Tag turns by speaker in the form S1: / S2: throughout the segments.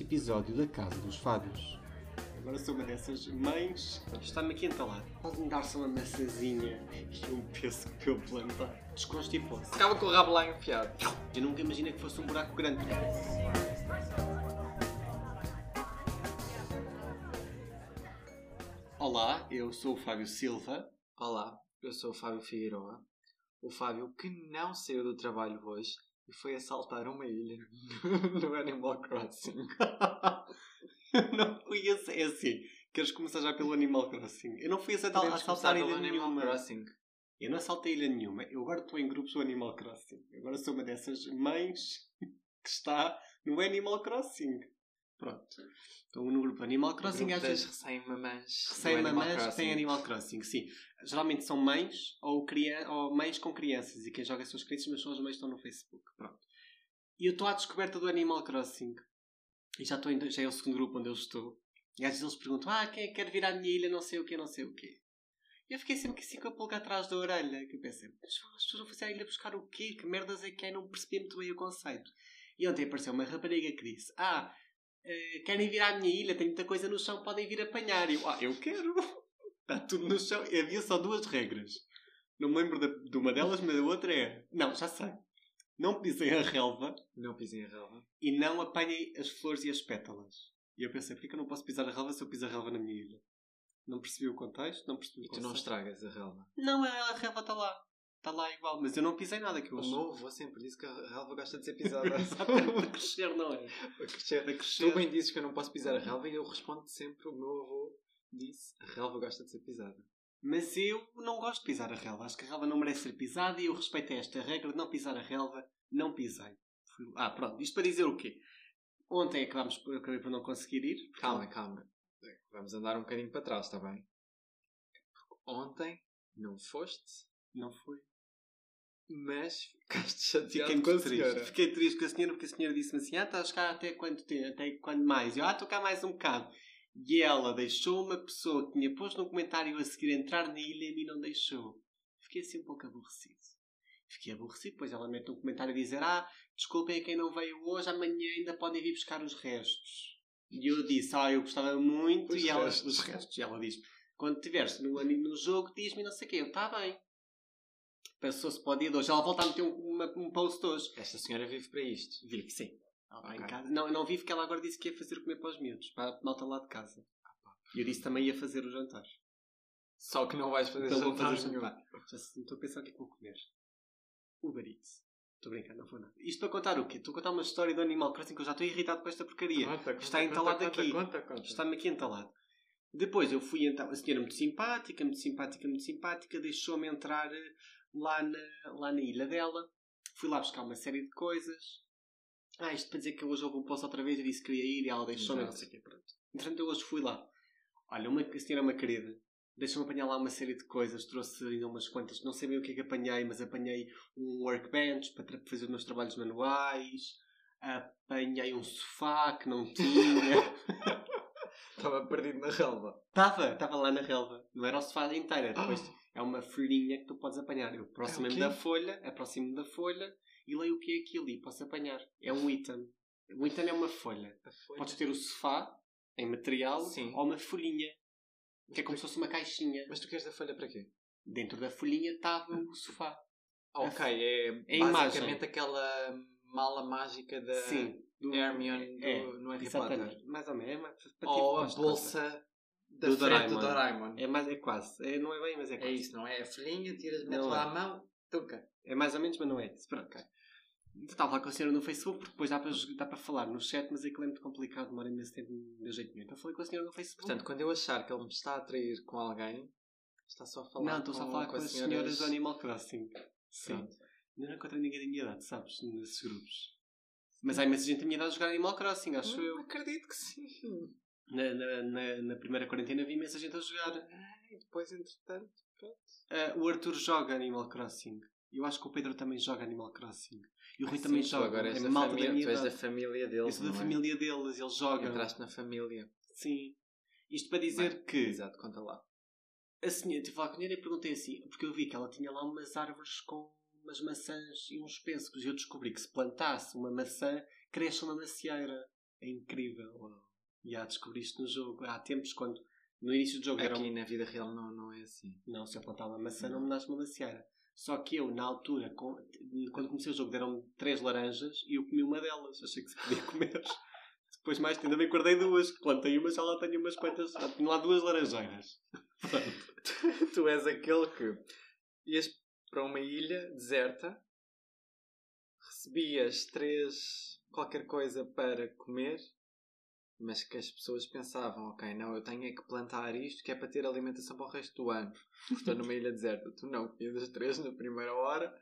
S1: episódio da Casa dos Fábios.
S2: Agora sou uma dessas mães. Está-me aqui a entalar. Pode-me dar só uma massazinha e um pêssego para eu plantar. Desconstipou-se.
S3: Ficava com o rabo lá enfiado.
S2: Eu nunca imaginei que fosse um buraco grande. Olá, eu sou o Fábio Silva.
S3: Olá, eu sou o Fábio Figueiroa. O Fábio que não saiu do trabalho hoje e foi assaltar uma ilha no Animal Crossing.
S2: Eu não fui esse. É assim. Queres começar já pelo Animal Crossing? Eu não fui assaltar,
S3: Podemos começar
S2: assaltar ilha
S3: pelo Animal
S2: nenhuma.
S3: Crossing.
S2: Eu não assaltei ilha nenhuma. Eu agora estou em grupos do Animal Crossing. Agora sou uma dessas mães que está no Animal Crossing. Pronto. Estou no grupo Animal Crossing.
S3: Grupo
S2: às
S3: das
S2: vezes
S3: recém-mamãs. do
S2: Recém-mamãs que têm
S3: é Crossing.
S2: Animal Crossing, sim. Geralmente são mães ou, crian ou mães com crianças e quem joga são as crianças, mas só as mães estão no Facebook. Pronto. E eu estou à descoberta do Animal Crossing. E já, estou em, já é o segundo grupo onde eu estou. E às vezes eles perguntam: Ah, quem é que quer vir à minha ilha? Não sei o quê, não sei o quê. E eu fiquei sempre assim com a pulga atrás da orelha. Que eu pensei: Mas as pessoas vão fazer a ilha buscar o quê? Que merdas é que é? Não percebi muito bem o conceito. E ontem apareceu uma rapariga que disse: Ah, eh, querem vir à minha ilha, tem muita coisa no chão, podem vir apanhar. E eu, ah, eu quero. Está tudo no chão. E havia só duas regras. Não me lembro da- de uma delas, mas a outra é. Não, já sei. Não pisem a relva
S3: Não pisem a relva.
S2: e não apanhem as flores e as pétalas. E eu pensei, porquê que eu não posso pisar a relva se eu piso a relva na minha ilha? Não percebi o contexto, não percebi
S3: E
S2: o
S3: tu não
S2: conceito.
S3: estragas a relva.
S2: Não, a a relva está lá. Está lá igual, mas eu não pisei nada que eu
S3: O
S2: acho.
S3: meu avô sempre disse que a relva gosta de ser pisada.
S2: Exatamente, crescer não é.
S3: Para crescer.
S2: Para
S3: Tu
S2: crescer.
S3: bem dizes que eu não posso pisar a relva e eu respondo sempre: o meu avô disse, a relva gosta de ser pisada.
S2: Mas eu não gosto de pisar a relva. Acho que a relva não merece ser pisada e eu respeito esta regra de não pisar a relva. Não pisei. Fui- Ah, pronto. Isto para dizer o quê? Ontem acabámos, por- acabei por não conseguir ir.
S3: Calma, calma. Vamos andar um bocadinho para trás, está bem? Porque ontem não foste,
S2: Não foi.
S3: mas ficaste chateado
S2: Fiquei
S3: com a
S2: triste.
S3: senhora.
S2: Fiquei triste com a senhora porque a senhora disse-me assim: Ah, estás cá até quando, te, até quando mais? Eu, ah, estou cá mais um bocado. E ela deixou uma pessoa que tinha posto no comentário a seguir entrar na ilha e a mim não deixou. Fiquei assim um pouco aborrecido. Fiquei aborrecido, pois ela mete um comentário a dizer: Ah, desculpem a quem não veio hoje, amanhã ainda podem vir buscar os restos. E eu disse: Ah, eu gostava muito.
S3: Os
S2: e ela,
S3: restos.
S2: os restos. E ela diz: Quando estiveres no, ani- no jogo, diz-me não sei o quê. Eu, está bem. Passou-se para o dia de hoje. Ela volta a meter um, uma- um post hoje.
S3: Esta senhora vive para isto.
S2: Vive, sim. Ela vai em
S3: Ok.
S2: casa. Não, eu não vivo que ela agora disse que ia fazer comer para os miúdos, para a malta lá de casa. E eu disse também ia fazer o jantar.
S3: Só que não vais fazer
S2: Então vou
S3: jantar
S2: fazer
S3: nenhum.
S2: jantar. Já se- estou a pensar o que é que vou comer. Uber Eats. Estou a brincar, não foi nada. Isto para contar o quê? Estou a contar uma história do Animal Crossing que eu já estou irritado com esta porcaria.
S3: Conta, conta,
S2: Está
S3: conta,
S2: entalado
S3: conta,
S2: aqui.
S3: Conta, conta.
S2: Está-me aqui entalado. Depois eu fui então, a senhora muito simpática, muito simpática, muito simpática, deixou-me entrar eh, lá na, lá na ilha dela. Fui lá buscar uma série de coisas. Ah, isto para dizer que hoje houve um poço outra vez, eu disse que queria ir e ela deixou-me, não
S3: Exato.
S2: sei o quê, pronto. Entretanto eu hoje fui lá. Olha, uma, a senhora é uma querida. Deixou-me apanhar lá uma série de coisas, trouxe ainda umas quantas, não sei bem o que é que apanhei, mas apanhei um workbench para tra- fazer os meus trabalhos manuais, apanhei um sofá que não tinha.
S3: Estava perdido na relva.
S2: Estava, estava lá na relva. Não era o sofá inteira. Depois é uma folhinha que tu podes apanhar. Eu aproximo-me
S3: Ah. É o quê?
S2: da folha, aproximo-me da folha e leio o que é aquilo e posso apanhar. É um item. Um item é uma folha. Podes ter o sofá em material
S3: Sim.
S2: ou uma folhinha. Que é como se fosse uma caixinha.
S3: Mas tu queres da folha para quê?
S2: Dentro da folhinha estava o sofá.
S3: Ok, é,
S2: É a
S3: basicamente
S2: imagem.
S3: aquela mala mágica da
S2: Sim. Do,
S3: Hermione do,
S2: É,
S3: no Harry Potter.
S2: exatamente. Mais ou menos. É mais, para
S3: Ou
S2: ti,
S3: a
S2: faz
S3: bolsa da
S2: Do
S3: frente
S2: Doraemon.
S3: do Doraemon.
S2: É mais, é quase. É, não é bem, mas é
S3: É,
S2: quase.
S3: isso, não é? A folhinha, tiras, metes
S2: Não é.
S3: lá a mão, tuca.
S2: É mais ou menos, mas não é. Se Pronto, ok. Estava lá com a senhora no Facebook, porque depois dá para, jog- dá para falar no chat, mas aquilo é muito complicado, demora imenso tempo, não deu jeito nenhum. Então falei com a senhora no Facebook.
S3: Portanto, quando eu achar que ele me está a atrair com alguém, está só a falar
S2: não, estou só a falar com,
S3: a
S2: as
S3: senhora
S2: senhoras do Animal Crossing. Sim.
S3: Pronto.
S2: Ainda não encontrei ninguém da minha idade, sabes? Nesses grupos. Mas há imensa gente da minha idade a jogar Animal Crossing, acho
S3: Não
S2: eu.
S3: acredito que sim.
S2: Na, na, na, na primeira quarentena vi imensa gente a jogar.
S3: E depois, entretanto,
S2: Ah, o Arthur joga Animal Crossing. Eu acho que o Pedro também joga Animal Crossing. E o Rui também joga.
S3: Ah, Agora
S2: é
S3: és, da
S2: malta da
S3: família,
S2: minha
S3: tu és da
S2: idade.
S3: família
S2: Eu
S3: deles.
S2: sou da
S3: não é?
S2: família deles, eles jogam.
S3: Entraste na família.
S2: Sim. Isto para dizer
S3: Bem,
S2: que
S3: Exato, conta lá.
S2: a senhora, tive lá com a senhora e perguntei assim, porque eu vi que ela tinha lá umas árvores com umas maçãs e uns pêssegos. E eu descobri que se plantasse uma maçã, cresce uma macieira. É incrível. E há descobriste no jogo. Há tempos quando no início do jogo era um-
S3: Aqui na vida real não, não é assim.
S2: Não, se eu plantar uma maçã não me nasce uma macieira. Só que eu, na altura, com- quando comecei o jogo, deram-me três laranjas e eu comi uma delas. Achei que se podia comer. Depois, mais ainda bem, guardei duas. Plantei uma, já lá tenho umas quantas. Já tenho lá duas laranjeiras.
S3: tu és aquele que ias para uma ilha deserta, recebias três qualquer coisa para comer, mas que as pessoas pensavam, ok, não, eu tenho é que plantar isto que é para ter alimentação para o resto do ano. Estou numa ilha deserta. Tu não, comias as três na primeira hora,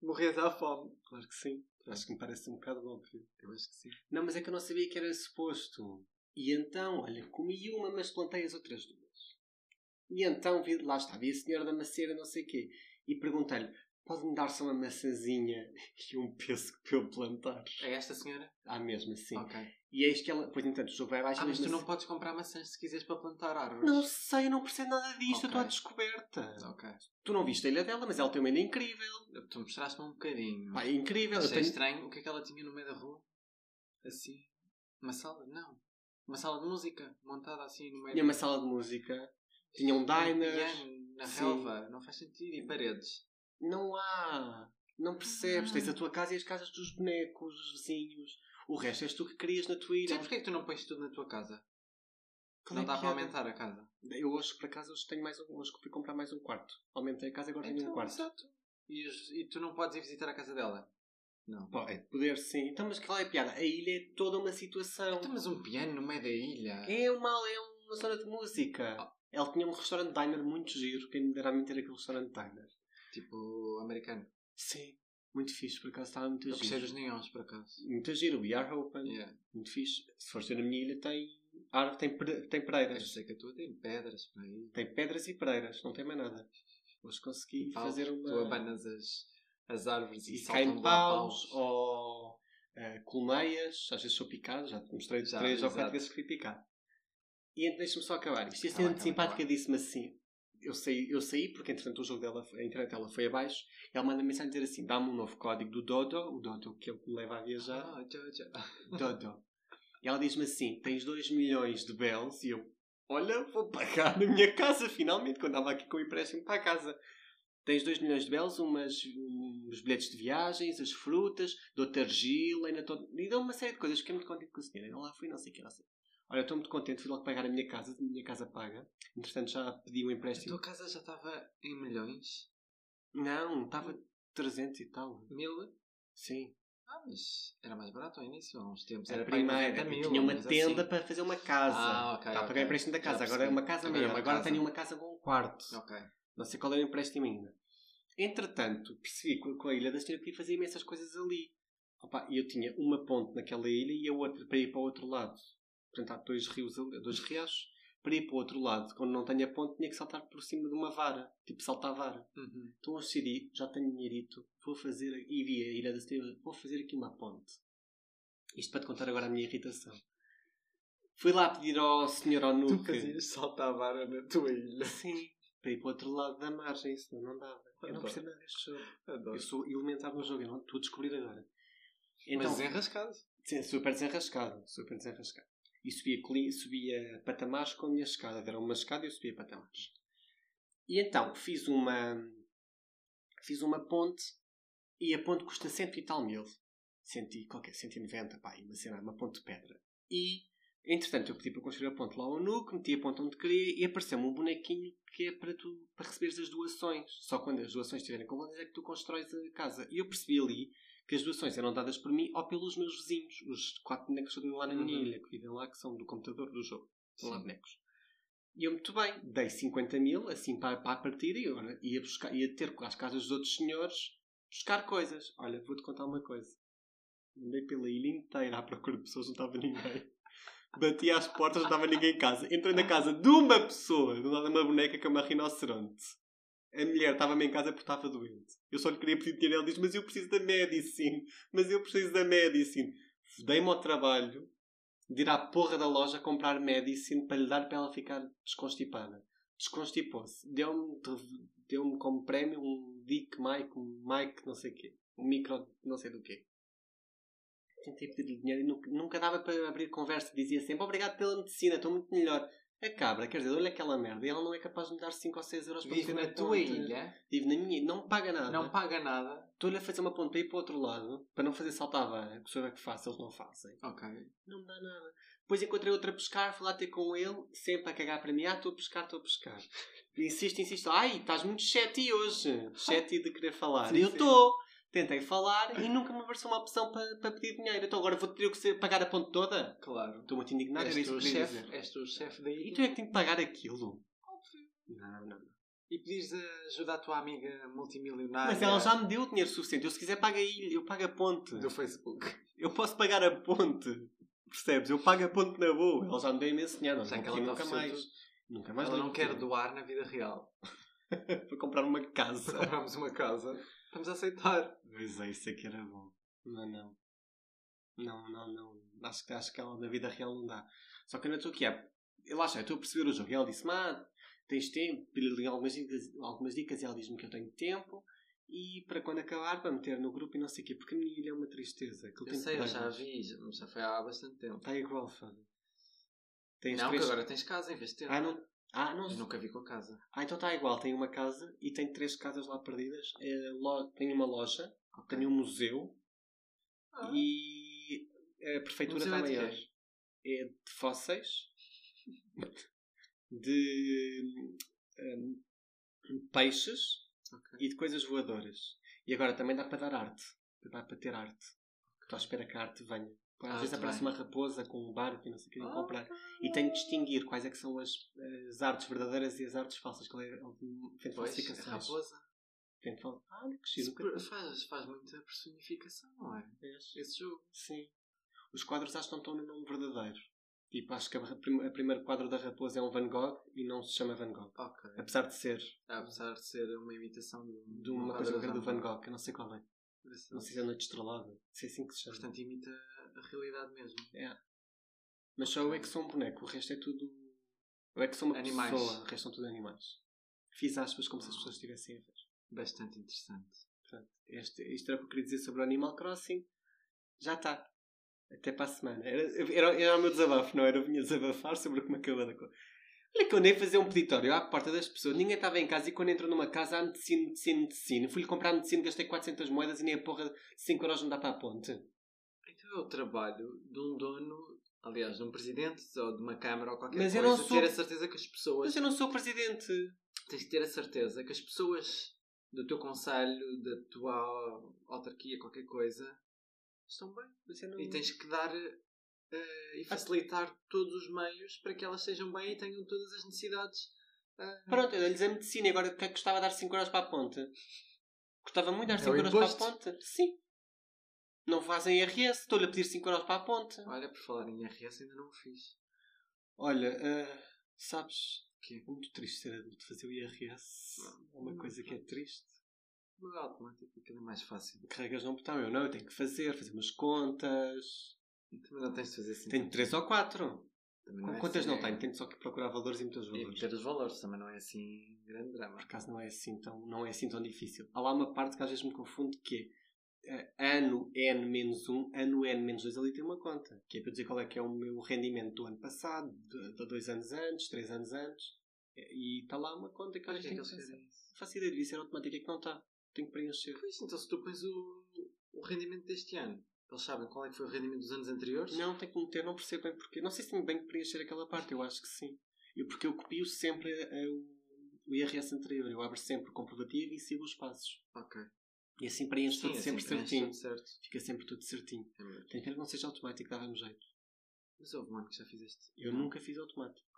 S3: morrias à fome.
S2: Claro que sim. Acho que me parece um bocado óbvio.
S3: Eu acho que sim.
S2: Não, mas é que eu não sabia que era suposto. E então, olha, comi uma, mas plantei as outras duas. E então, vi- lá estava, e a senhora da macieira, não sei o quê. E perguntei-lhe, pode-me dar só uma maçãzinha e um pêssego para eu plantar?
S3: É esta senhora?
S2: Ah, mesmo, sim.
S3: Ok.
S2: E eis que ela... Pois, entanto, o jogo vai abaixo...
S3: Ah, mas
S2: mesmo
S3: tu não
S2: assim-
S3: podes comprar maçãs se quiseres para plantar árvores.
S2: Não sei, eu não percebo nada disto. Eu estou à
S3: Ok.
S2: descoberta.
S3: Ok.
S2: Tu não viste a ilha dela, mas ela tem uma ilha incrível.
S3: Tu mostraste-me um bocadinho.
S2: Pá, é incrível. Eu
S3: Achei
S2: tenho-
S3: estranho. O que é que ela tinha no meio da rua? Assim? Uma sala? Não. Uma sala de música montada assim no meio
S2: Tinha uma sala de música. Tinha um diner.
S3: piano na
S2: Sim.
S3: relva. Não faz sentido. E paredes.
S2: Não há. Não percebes. Tens a tua casa e as casas dos bonecos, dos vizinhos. O resto és tu que crias na tua
S3: E
S2: ilha.
S3: sabes porquê é que tu não pões tudo na tua casa?
S2: Tipo, Como
S3: não
S2: é
S3: dá
S2: que
S3: para
S2: é?
S3: aumentar a casa.
S2: Eu hoje, por acaso, hoje tenho mais um... Hoje fui comprar mais um quarto. Aumentei a casa e agora tenho um quarto.
S3: Então, exato. E, os- e tu não podes ir visitar a casa dela? Não.
S2: Pá, é de poder, sim. Então, mas qual é a piada? A ilha é toda uma situação.
S3: Então, mas um piano no meio da ilha?
S2: É uma, é uma zona de música. Ele tinha um restaurante diner muito giro. Quem me dera a mim ter aquele restaurante diner.
S3: Tipo, americano.
S2: Sim. Muito fixe, por acaso estava muito
S3: Eu gostei
S2: giro.
S3: dos neons, por acaso.
S2: Muito giro, We Are Open.
S3: Yeah.
S2: Muito fixe. Se fores ver na minha ilha, tem, árvore, tem, pere- tem
S3: Eu
S2: pereiras.
S3: sei que a tua tem pedras por aí.
S2: Tem pedras e pereiras, não tem mais nada. Hoje consegui
S3: Paus.
S2: fazer uma.
S3: Tu abanas as, as árvores e,
S2: E
S3: saltam
S2: caem
S3: de lá
S2: paus, ou eh, colmeias, às vezes sou picado, já te mostrei
S3: Já,
S2: três ou quatro
S3: exato.
S2: vezes que fui picado. E então deixa-me só acabar isto. E a
S3: Tá
S2: senhora
S3: bem, tá bem, tá
S2: simpática disse-me assim: eu saí, eu saí, porque entretanto o jogo dela, a internet dela foi abaixo, e ela manda mensagem dizer assim: dá-me um novo código do Dodo, o Dodo que é o que me leva a viajar.
S3: Ah, tchau, tchau.
S2: Dodo. E ela diz-me assim: tens 2 milhões de bells. E eu, olha, vou pagar na minha casa, finalmente, quando andava aqui com o empréstimo para a casa. Tens 2 milhões de bells, umas, uns bilhetes de viagens, as frutas, doutor argila, ainda tô... e deu uma série de coisas. Fiquei muito contente com a senhora. Então lá fui, não sei o que, não sei. Olha, eu estou muito contente, fui logo pagar a minha casa, a minha casa paga. Entretanto, já pedi o
S3: A
S2: empréstimo.
S3: tua casa já estava em milhões?
S2: Não, estava 300 e tal.
S3: Mil?
S2: Sim.
S3: Ah, mas era mais barato ao início, há uns tempos.
S2: A
S3: para aí 90
S2: primeira,
S3: mil,
S2: tinha uma
S3: mas
S2: tenda
S3: assim.
S2: para fazer uma casa.
S3: Ah, ok.
S2: Tá,
S3: ok.
S2: paguei o empréstimo da
S3: Já
S2: casa, agora é
S3: percebi.
S2: uma casa
S3: Agora é
S2: maior.
S3: uma
S2: Agora
S3: casa.
S2: tenho uma casa com um quarto.
S3: Ok.
S2: Não sei qual era o empréstimo ainda. Entretanto, percebi que com a Ilha da Senhora podia fazer imensas coisas ali. Opa, e eu tinha uma ponte naquela ilha e a outra para ir para o outro lado. Portanto, há dois rios ali, dois riachos. Para ir para o outro lado, quando não tenho a ponte, tinha que saltar por cima de uma vara. Tipo, saltar a vara.
S3: Uhum.
S2: Então, hoje decidi, já tenho dinheirito, vou fazer, e vi a Ilha da Senhora, vou fazer aqui uma ponte. Isto para te contar agora a minha irritação. Fui lá pedir ao senhor Onuque...
S3: Tu fazias saltar a vara na tua ilha.
S2: Sim. Para ir para o outro lado da margem, senão não dava. Eu não
S3: Adoro.
S2: percebo nada deste jogo.
S3: Adoro.
S2: Eu sou elementar no jogo, eu não estou a descobrir agora. Então,
S3: Mas é- enrascado.
S2: sim, super desenrascado. Super desenrascado. E subia, coli- subia eh, patamares com a minha escada. Deram uma escada e eu subia patamares. E então, fiz uma... Fiz uma ponte e a ponte custa cento e tal mil. Cento e qualquer, 190, pá, e uma cena, uma ponte de pedra. E, entretanto, eu pedi para construir a ponte lá ao nuco, meti a ponte onde queria e apareceu-me um bonequinho que é para tu, para receberes as doações. Só quando as doações estiverem completas é que tu constróis a casa. E eu percebi ali que as doações eram dadas por mim ou pelos meus vizinhos, os quatro bonecos que estão lá na minha
S3: Uhum.
S2: ilha, que vivem lá, que são do computador do jogo. São lá
S3: Sim.
S2: bonecos. E eu, muito bem, dei 50 mil, assim, para, para a partida, e eu olha, ia, buscar, ia ter às casas dos outros senhores buscar coisas. Olha, vou-te contar uma coisa. Andei pela ilha inteira à procura de pessoas, não estava ninguém. Bati às portas, não estava ninguém em casa. Entrei na casa de uma pessoa, de lado de uma boneca que é uma rinoceronte. A mulher estava-me em casa porque estava doente. Eu só lhe queria pedir dinheiro. Ela diz: Mas eu preciso da medicine. Mas eu preciso da medicine. Dei-me ao trabalho de ir à porra da loja comprar medicine para lhe dar para ela ficar desconstipada. Desconstipou-se. Deu-me deu como prémio um Dick Mike, um Mike não sei o quê. Um micro não sei do quê. tentei pedir-lhe dinheiro e nunca, nunca dava para abrir conversa. Dizia sempre, obrigado pela medicina, estou muito melhor. A cabra, quer dizer, olha aquela merda e ela não é capaz de me dar 5 ou 6 euros para
S3: Vive
S2: meter
S3: na
S2: na
S3: tua
S2: conta.
S3: ilha,
S2: Vive na minha, não me paga nada.
S3: não paga nada.
S2: Estou-lhe a fazer uma ponta aí para o outro lado, para não fazer saltar a vara, que sou eu que faço, eles não fazem.
S3: Ok.
S2: Não me dá nada. Depois encontrei outro a pescar, fui lá ter com ele, sempre a cagar para mim, ah, estou a pescar, estou a pescar. E insisto, insisto, ai, estás muito chatty hoje, chatty de querer falar.
S3: Sim,
S2: e eu
S3: sim.
S2: estou. Tentei falar e nunca me apareceu uma opção para, para pedir dinheiro. Então agora vou ter que ser- pagar a ponte toda?
S3: Claro.
S2: Estou muito indignado, era
S3: és,
S2: isso
S3: tu o
S2: que eu queria
S3: chefe,
S2: dizer.
S3: és tu o chefe daí.
S2: E tu é que tenho que pagar aquilo? Não, não.
S3: E pedires eh, ajuda à tua amiga multimilionária
S2: Mas ela já me deu o dinheiro suficiente. Eu se quiser pago a ilha, eu pago a ponte.
S3: do Facebook.
S2: Eu posso pagar a ponte. Percebes? Eu pago a ponte na boa. Ela já me deu imenso dinheiro. Não,
S3: Já
S2: não
S3: que ela
S2: pedi
S3: te
S2: nunca
S3: ofereceu
S2: mais.
S3: tudo.
S2: tá Nunca mais
S3: ela
S2: ligo
S3: não quer
S2: tudo.
S3: doar na vida real.
S2: Para comprar uma
S3: Se
S2: casa.
S3: comprarmos uma casa, vamos aceitar.
S2: Pois é, isso é que era bom. Mas não. Não, não, não. Acho que, acho que ela na vida real não dá. Só que eu não estou aqui. É, eu lá está, eu estou a perceber o jogo. E ela disse-me, ah, tens tempo. Pedi-lhe algumas dicas, algumas dicas e ela diz-me que eu tenho tempo. E para quando acabar, para meter no grupo e não sei o quê. Porque a minha ilha é uma tristeza. Aquilo
S3: Eu
S2: tem
S3: sei, eu já
S2: problemas.
S3: vi, já, já foi há bastante tempo.
S2: Está igual, Fábio. Tens
S3: não,
S2: três-
S3: que agora tens casa em vez de ter.
S2: Ah, não. Ah, não.
S3: Eu nunca vi com a casa.
S2: Ah, então está igual. Tem uma casa e tem três casas lá perdidas. É, lo- Tem uma loja,
S3: Ok.
S2: tem um museu
S3: Ah.
S2: e a prefeitura
S3: O museu
S2: está
S3: é de quê?
S2: maior. É de fósseis, de hum, peixes
S3: Ok.
S2: e de coisas voadoras. E agora também dá para dar arte. Dá para ter arte. Estou à espera que a arte venha. Às
S3: Ah,
S2: vezes
S3: muito
S2: aparece
S3: bem.
S2: uma raposa com um barco e não sei o que,
S3: Ah,
S2: vou comprar. E tenho que distinguir quais é que são as, as artes verdadeiras e as artes falsas. Qual é a frente
S3: Pois, a
S2: falsificações?
S3: raposa.
S2: Frente fal- Ah, olha que giro. nunca
S3: Super- Faz, faz muita personificação, não é?
S2: tiveste.
S3: Esse jogo.
S2: Sim. Os quadros acho que não estão no nome verdadeiro. Tipo, acho que a, prim- a primeiro quadro da raposa é um Van Gogh e não se chama Van Gogh.
S3: Ok.
S2: Apesar de ser
S3: Apesar de ser uma imitação de, um-
S2: de uma
S3: um
S2: coisa
S3: quadro
S2: qualquer
S3: de
S2: do Van Gogh, que eu não sei qual é.
S3: Interessante.
S2: Não sei se é Noite Estrelada. Não sei assim que se chama.
S3: Portanto, imita a realidade mesmo.
S2: Mas só eu é que sou um boneco, o resto é tudo. Eu é que sou uma
S3: Animais.
S2: pessoa, o resto são tudo animais. Fiz aspas como se as pessoas estivessem a ver.
S3: Bastante interessante.
S2: Este, isto era o que eu queria dizer sobre o Animal Crossing. Já está. Até para a semana. Era, era, era o meu desabafo, não era? Eu vinha desabafar sobre como é acabou da coisa. Olha que eu andei a fazer um peditório à porta das pessoas. Ninguém estava em casa e quando entro numa casa há medicina, medicina, medicina. Fui-lhe comprar medicina, gastei 400 moedas e nem a porra de 5 euros não dá para a ponte.
S3: Então é o trabalho de um dono, aliás, de um presidente ou de uma câmara ou qualquer
S2: Mas eu
S3: coisa.
S2: não sou-
S3: ter a certeza que as pessoas.
S2: Mas eu não sou presidente.
S3: Tens de ter a certeza que as pessoas do teu conselho, da tua autarquia, qualquer coisa, estão bem.
S2: Mas eu não...
S3: E tens que dar eh,
S2: Ah.
S3: e facilitar todos os meios para que elas estejam bem e tenham todas as necessidades. Ah,
S2: Pronto, eu dei-lhes a medicina e agora o que é que custava dar 5 euros para a ponte? Custava muito dar
S3: É o
S2: 5 euros
S3: imposto.
S2: para a ponte? Sim. Não fazem IRS, estou-lhe a pedir 5 euros para a ponte.
S3: Olha, por falar em IRS, ainda não o fiz.
S2: Olha, ah, sabes que é
S3: Quê?
S2: muito triste ser adulto fazer o IRS. É uma
S3: Não,
S2: coisa que é triste.
S3: Mas é automático, aquilo é mais fácil.
S2: Carregas não botão, eu não, eu tenho que fazer, fazer umas contas.
S3: E Também não tens de fazer assim.
S2: Tenho 3 ou 4.
S3: Também
S2: Com
S3: é
S2: contas
S3: assim,
S2: não
S3: é-
S2: tenho, tenho só que procurar valores e meter os
S3: E
S2: valores.
S3: meter os valores também não é assim grande drama.
S2: por acaso não é assim tão, não é assim tão difícil. Há lá uma parte que às vezes me confundo que é eh, ano N menos 1, ano N menos 2, ali tem uma conta. Que é para eu dizer qual é que é o meu rendimento do ano passado, de, de dois anos antes, três anos antes. E está lá uma conta que às
S3: Para que
S2: vezes
S3: é que
S2: tenho que fazer.
S3: eles fazem isso?
S2: Não faço ideia, devia ser automática, é que não está. Tenho que preencher.
S3: Pois, então se tu pões o, o rendimento deste ano, eles sabem qual é que foi o rendimento dos anos anteriores?
S2: Não, tenho que meter, não percebo bem porque. Não sei se tenho bem que preencher aquela parte, eu acho que sim. E porque eu copio sempre eh, o, o IRS anterior, eu abro sempre o comprovativo e sigo os passos.
S3: Ok.
S2: E assim preencho tudo
S3: assim
S2: sempre
S3: preenches
S2: certinho.
S3: tudo certo.
S2: Fica sempre tudo certinho.
S3: É mesmo.
S2: Tem pena que não seja automático, dava-me jeito.
S3: Mas houve um ano que já fizeste.
S2: Eu
S3: Não.
S2: nunca fiz automático.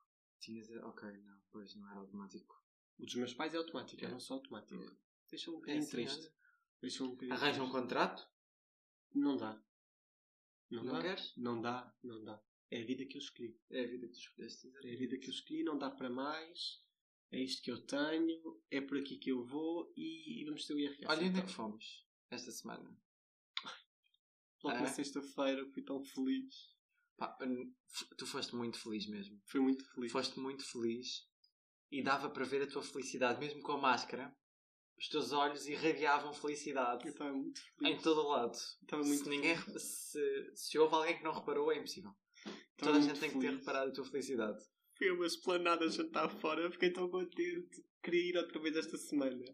S3: Tinhas. a- Ok, não, pois não era automático.
S2: O dos meus pais é automático, eu
S3: É.
S2: não sou automático.
S3: É.
S2: Deixa-me um bocadinho
S3: assim,
S2: triste. Deixa-me um
S3: olha.
S2: bocadinho
S3: Arranja um
S2: triste.
S3: contrato?
S2: Não dá. Não,
S3: Não,
S2: dá.
S3: queres?
S2: Não dá, não dá. É a vida que eu escolhi.
S3: É a vida que tu escolheste.
S2: É a vida que eu escolhi, não dá para mais. É isto que eu tenho, é por aqui que eu vou e vamos ter o IRS.
S3: Olha, onde é
S2: então.
S3: que fomos esta semana?
S2: Logo na
S3: Ah.
S2: sexta-feira fui tão feliz.
S3: Pá, hum, f- tu foste muito feliz mesmo.
S2: Fui muito feliz.
S3: Foste muito feliz e dava para ver a tua felicidade, mesmo com a máscara. os teus olhos irradiavam felicidade
S2: Eu estava muito
S3: em
S2: feliz.
S3: todo o lado.
S2: Estava
S3: Se,
S2: muito
S3: ninguém, re- se, se houve alguém que não reparou, é impossível.
S2: Estava
S3: Toda a
S2: muito
S3: gente tem que ter
S2: feliz.
S3: reparado a tua felicidade.
S2: Fui a uma esplanada jantar fora, fiquei tão contente. Queria ir outra vez esta semana.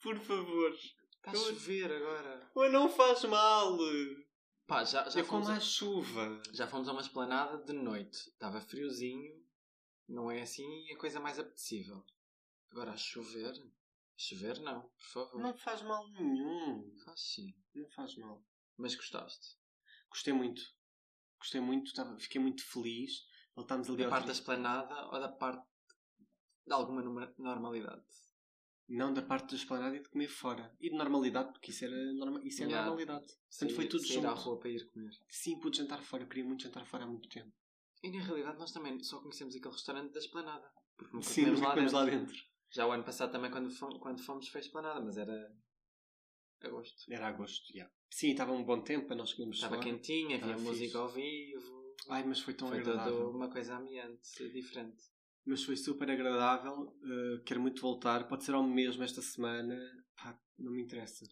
S2: Por favor.
S3: Está a
S2: Eu-
S3: chover agora.
S2: Mas não faz mal.
S3: Pá, já, já,
S2: eu como
S3: fomos, a,
S2: à chuva.
S3: já fomos a uma esplanada de noite. Estava friozinho, não é assim a coisa mais apetecível. Agora, a chover. Chover não, por favor.
S2: Não faz mal nenhum.
S3: Faz sim.
S2: Não faz mal.
S3: Mas gostaste.
S2: Gostei muito. Gostei muito. tava- fiquei muito feliz. Voltámos ali
S3: Da
S2: ao
S3: parte da
S2: tri-
S3: esplanada ou da parte de alguma numa- normalidade?
S2: Não da parte da esplanada e de comer fora. E de normalidade, porque isso, era norma... isso é
S3: Yeah.
S2: normalidade.
S3: Sair-
S2: foi tudo
S3: sair à
S2: junto.
S3: rua para ir comer.
S2: Sim, pude jantar fora. Eu queria muito jantar fora há muito tempo.
S3: E na realidade nós também só conhecemos aquele restaurante da esplanada. Porque nunca
S2: Sim,
S3: comemos
S2: nós
S3: lá
S2: comemos
S3: dentro.
S2: lá dentro.
S3: Já o ano passado também, quando fomos, quando fomos foi esplanada, mas era agosto.
S2: Era agosto, já. Sim, estava um bom tempo para nós comermos
S3: Estava
S2: fora.
S3: quentinha, havia
S2: Estava fixe.
S3: música ao vivo.
S2: Ai, mas foi tão
S3: foi
S2: agradável.
S3: toda uma coisa ambiente, diferente.
S2: Mas foi super agradável. uh, quero muito voltar. Pode ser ao mesmo esta semana. Pá, não me interessa.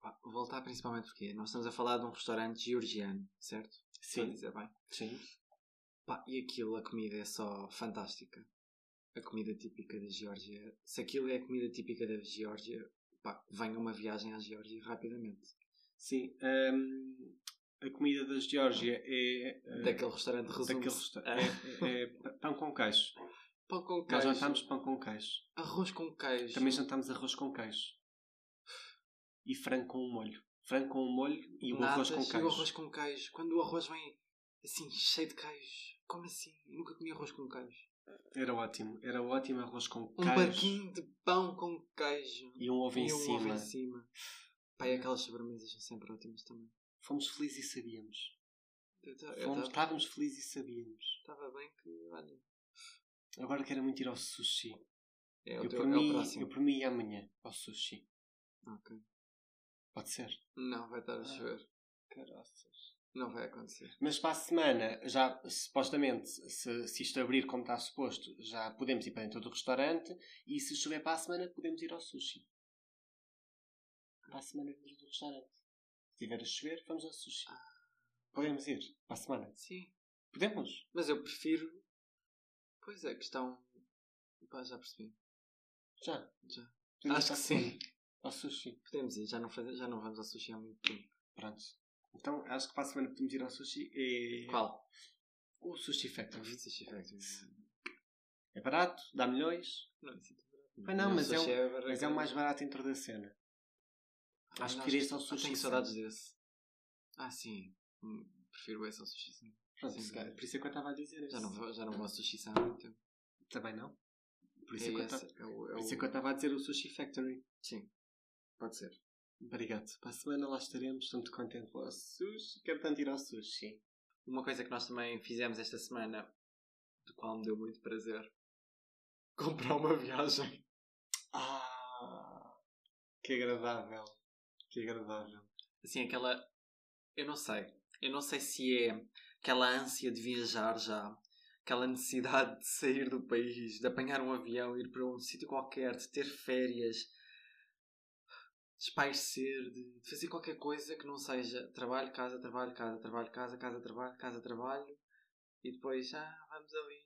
S3: Pá, Voltar principalmente porque nós estamos a falar de um restaurante georgiano, certo? Estou a
S2: Sim,
S3: dizer bem.
S2: sim.
S3: Pá, e aquilo, a comida é só fantástica. A comida típica da Geórgia. Se aquilo é a comida típica da Geórgia, pá, venha uma viagem à Geórgia rapidamente.
S2: Sim. hum, a comida da Geórgia é. uh,
S3: Daquele restaurante resumo.
S2: daquele resta- é- é- é p- pão com queijo.
S3: Pão com
S2: Nós
S3: queijo.
S2: jantámos pão com queijo.
S3: Arroz com queijo.
S2: Também jantámos arroz com queijo. E frango com um molho. Frango com um molho e um arroz com
S3: Natas E
S2: queijo.
S3: o arroz com queijo. Quando o arroz vem assim, cheio de queijo. Como assim? Eu nunca comi arroz com queijo.
S2: Era ótimo. Era ótimo arroz com
S3: Um
S2: queijo.
S3: barquinho de pão com queijo.
S2: E um ovo em
S3: e um ovo
S2: cima.
S3: em cima. Pá, e aquelas sobremesas são sempre ótimas também.
S2: Fomos felizes e sabíamos.
S3: Eu
S2: Fomos- Estávamos felizes e sabíamos.
S3: estava bem que, olha...
S2: Agora quero muito ir ao sushi.
S3: É
S2: eu,
S3: o, teu,
S2: por
S3: é o
S2: mim, eu
S3: próximo.
S2: por mim ia amanhã ao sushi.
S3: Ok.
S2: Pode ser?
S3: Não, vai estar a
S2: Ah.
S3: chover.
S2: Caraças.
S3: Não vai acontecer.
S2: Mas para a semana, já supostamente, se, se isto abrir como está suposto, já podemos ir para dentro do restaurante e se chover para a semana, podemos ir ao sushi. Para a semana dentro do restaurante. Se tiver a chover, vamos ao sushi.
S3: Ah.
S2: Podemos ir para a semana.
S3: Sim.
S2: Podemos?
S3: Mas eu prefiro... Pois é, questão... Pá, já percebi.
S2: Já.
S3: Já.
S2: Podemos ir para
S3: Acho que
S2: a semana.
S3: sim.
S2: Ao sushi.
S3: Podemos ir, já não, faz... já não vamos ao sushi há muito tempo.
S2: Pronto. Então, acho que para a semana podemos ir ao sushi. É...
S3: Qual?
S2: O Sushi Factory.
S3: Sushi Factory.
S2: É barato, dá milhões,
S3: Não, isso é tão barato.
S2: Pois não,
S3: Não,
S2: mas
S3: só
S2: é o-
S3: chega
S2: mas é o
S3: agora.
S2: mais barato dentro da cena.
S3: Ah,
S2: acho que
S3: não,
S2: queria só o
S3: eu
S2: sushi,
S3: Tenho saudades desse. Ah, sim. Hum, Prefiro esse ao sushi. sim.
S2: Pronto, se calhar- por isso é que eu estava a dizer isso.
S3: Já não vou, já não vou ao sushi há muito tempo.
S2: Também não. Por
S3: É
S2: isso é, que eu
S3: esse,
S2: ta-
S3: é o- é
S2: por isso é
S3: o-
S2: que eu estava a dizer o Sushi Factory.
S3: Sim. Pode ser.
S2: Obrigado. Para a semana lá estaremos. Estou muito contente. Vou ao sushi. Quero tanto ir ao sushi.
S3: Uma coisa que nós também fizemos esta semana, do qual me deu muito prazer, comprar uma viagem.
S2: Ah, que agradável. Que agradável.
S3: Assim, aquela... Eu não sei. Eu não sei se é aquela ânsia de viajar já, aquela necessidade de sair do país, de apanhar um avião, ir para um sítio qualquer, de ter férias, de espairecer, de de fazer qualquer coisa que não seja trabalho, casa, trabalho, casa, trabalho, casa, casa, trabalho, casa, trabalho, e depois já vamos ali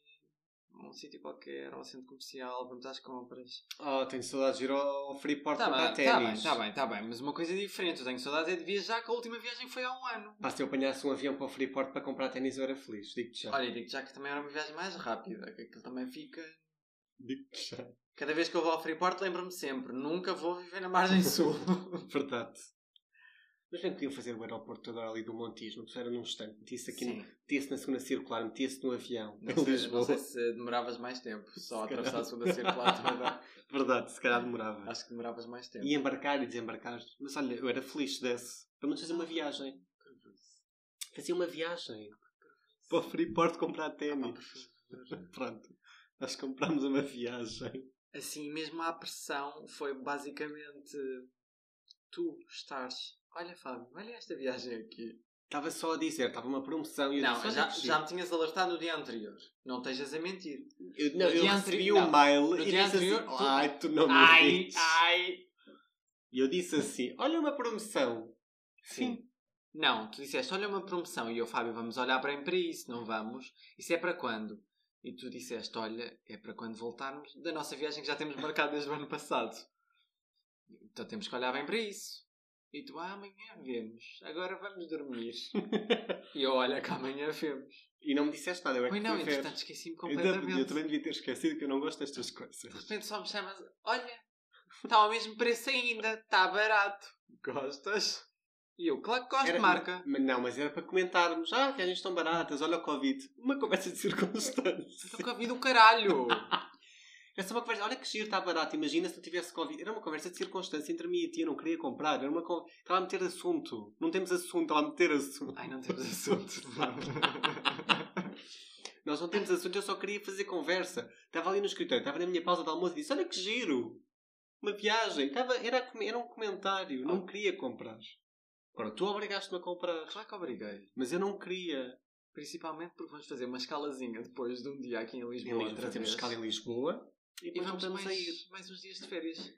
S3: a um sítio qualquer, ao centro comercial, vamos às compras.
S2: Oh, tenho saudades de ir ao Freeport
S3: Tá
S2: comprar
S3: bem, tá bem,
S2: ténis.
S3: tá bem, tá bem, mas uma coisa diferente, eu tenho saudades é de viajar, que a última viagem foi há um ano.
S2: Pá, se eu apanhasse um avião para o Freeport para comprar ténis, eu era feliz. Digo-te já.
S3: Olha, digo já que também era uma viagem mais rápida, que aquilo também fica.
S2: Digo-te já.
S3: Cada vez que eu vou ao Freeport, lembro-me sempre: nunca vou viver na margem sul.
S2: Verdade. Mas nem podiam fazer o aeroporto toda ali do Montijo, não era num instante. Metia-se aqui,
S3: Sim.
S2: metia-se na segunda circular, metia-se no avião,
S3: Não
S2: em
S3: sei, não
S2: Lisboa.
S3: sei se demoravas mais tempo, só a
S2: Se calhar.
S3: atravessar a segunda circular toda.
S2: Verdade, se calhar demorava.
S3: Acho que demoravas mais tempo.
S2: E embarcar e desembarcar. Mas olha, eu era feliz se desse. Pelo menos fazer uma viagem. Fazia uma viagem. Para o Freeport comprar
S3: Ah,
S2: ténis. Pronto. Nós comprámos uma viagem.
S3: Assim, mesmo à pressão, foi basicamente tu estares. Olha, Fábio, olha esta viagem aqui.
S2: Estava só a dizer, estava uma promoção. E eu disse,
S3: Não,
S2: olha
S3: já,
S2: que
S3: já
S2: giro.
S3: me tinhas alertado no dia anterior. Não estejas a mentir.
S2: Eu, não,
S3: no
S2: eu recebi
S3: dia anterior-
S2: um mail
S3: no
S2: e
S3: dia
S2: disse assim,
S3: anterior-
S2: ai, tu não me
S3: ai,
S2: dizes."
S3: ai,
S2: E eu disse assim: olha uma promoção.
S3: Sim. Não, tu disseste, olha uma promoção. E eu, Fábio, vamos olhar bem para isso, não vamos? Isso é para quando? E tu disseste, olha, é para quando voltarmos da nossa viagem que já temos marcado desde o ano passado. Então temos que olhar bem para isso. E tu, ah, amanhã vemos. Agora vamos dormir. e eu, olha, que amanhã vemos.
S2: E não me disseste nada. Eu é que
S3: Pois não,
S2: fui ver.
S3: entretanto, esqueci-me
S2: Eu ainda-
S3: completamente.
S2: Eu também devia ter esquecido que eu não gosto destas
S3: De
S2: coisas.
S3: repente só me chamas, olha, está ao mesmo preço ainda, está barato. Gostas? E eu, claro que gosto,
S2: Era-
S3: marca.
S2: Mas não, mas era para comentarmos. Ah, viagens tão baratas, olha o Covid. Uma conversa de circunstância.
S3: Nunca vi do caralho.
S2: Era É só uma conversa. Olha que giro, está barato. Imagina se não tivesse Covid. Era uma conversa de circunstância entre mim e ti. Eu não queria comprar. Era uma con... Estava a meter assunto. Não temos assunto, estava a meter assunto.
S3: Ai, não temos assunto.
S2: Nós não temos assunto, eu só queria fazer conversa. Estava ali no escritório, estava na minha pausa de almoço e disse: Olha que giro! Uma viagem. Estava, era, a come- era um comentário. Não queria comprar. Agora, tu obrigaste-me a comprar.
S3: claro que obriguei.
S2: Mas eu não queria.
S3: Principalmente porque vamos fazer uma escalazinha depois de um dia aqui em Lisboa.
S2: Em
S3: outra
S2: Lisboa, temos
S3: vez.
S2: escala em Lisboa e
S3: E
S2: depois
S3: vamos
S2: voltamos
S3: mais,
S2: a ir.
S3: mais uns dias de férias.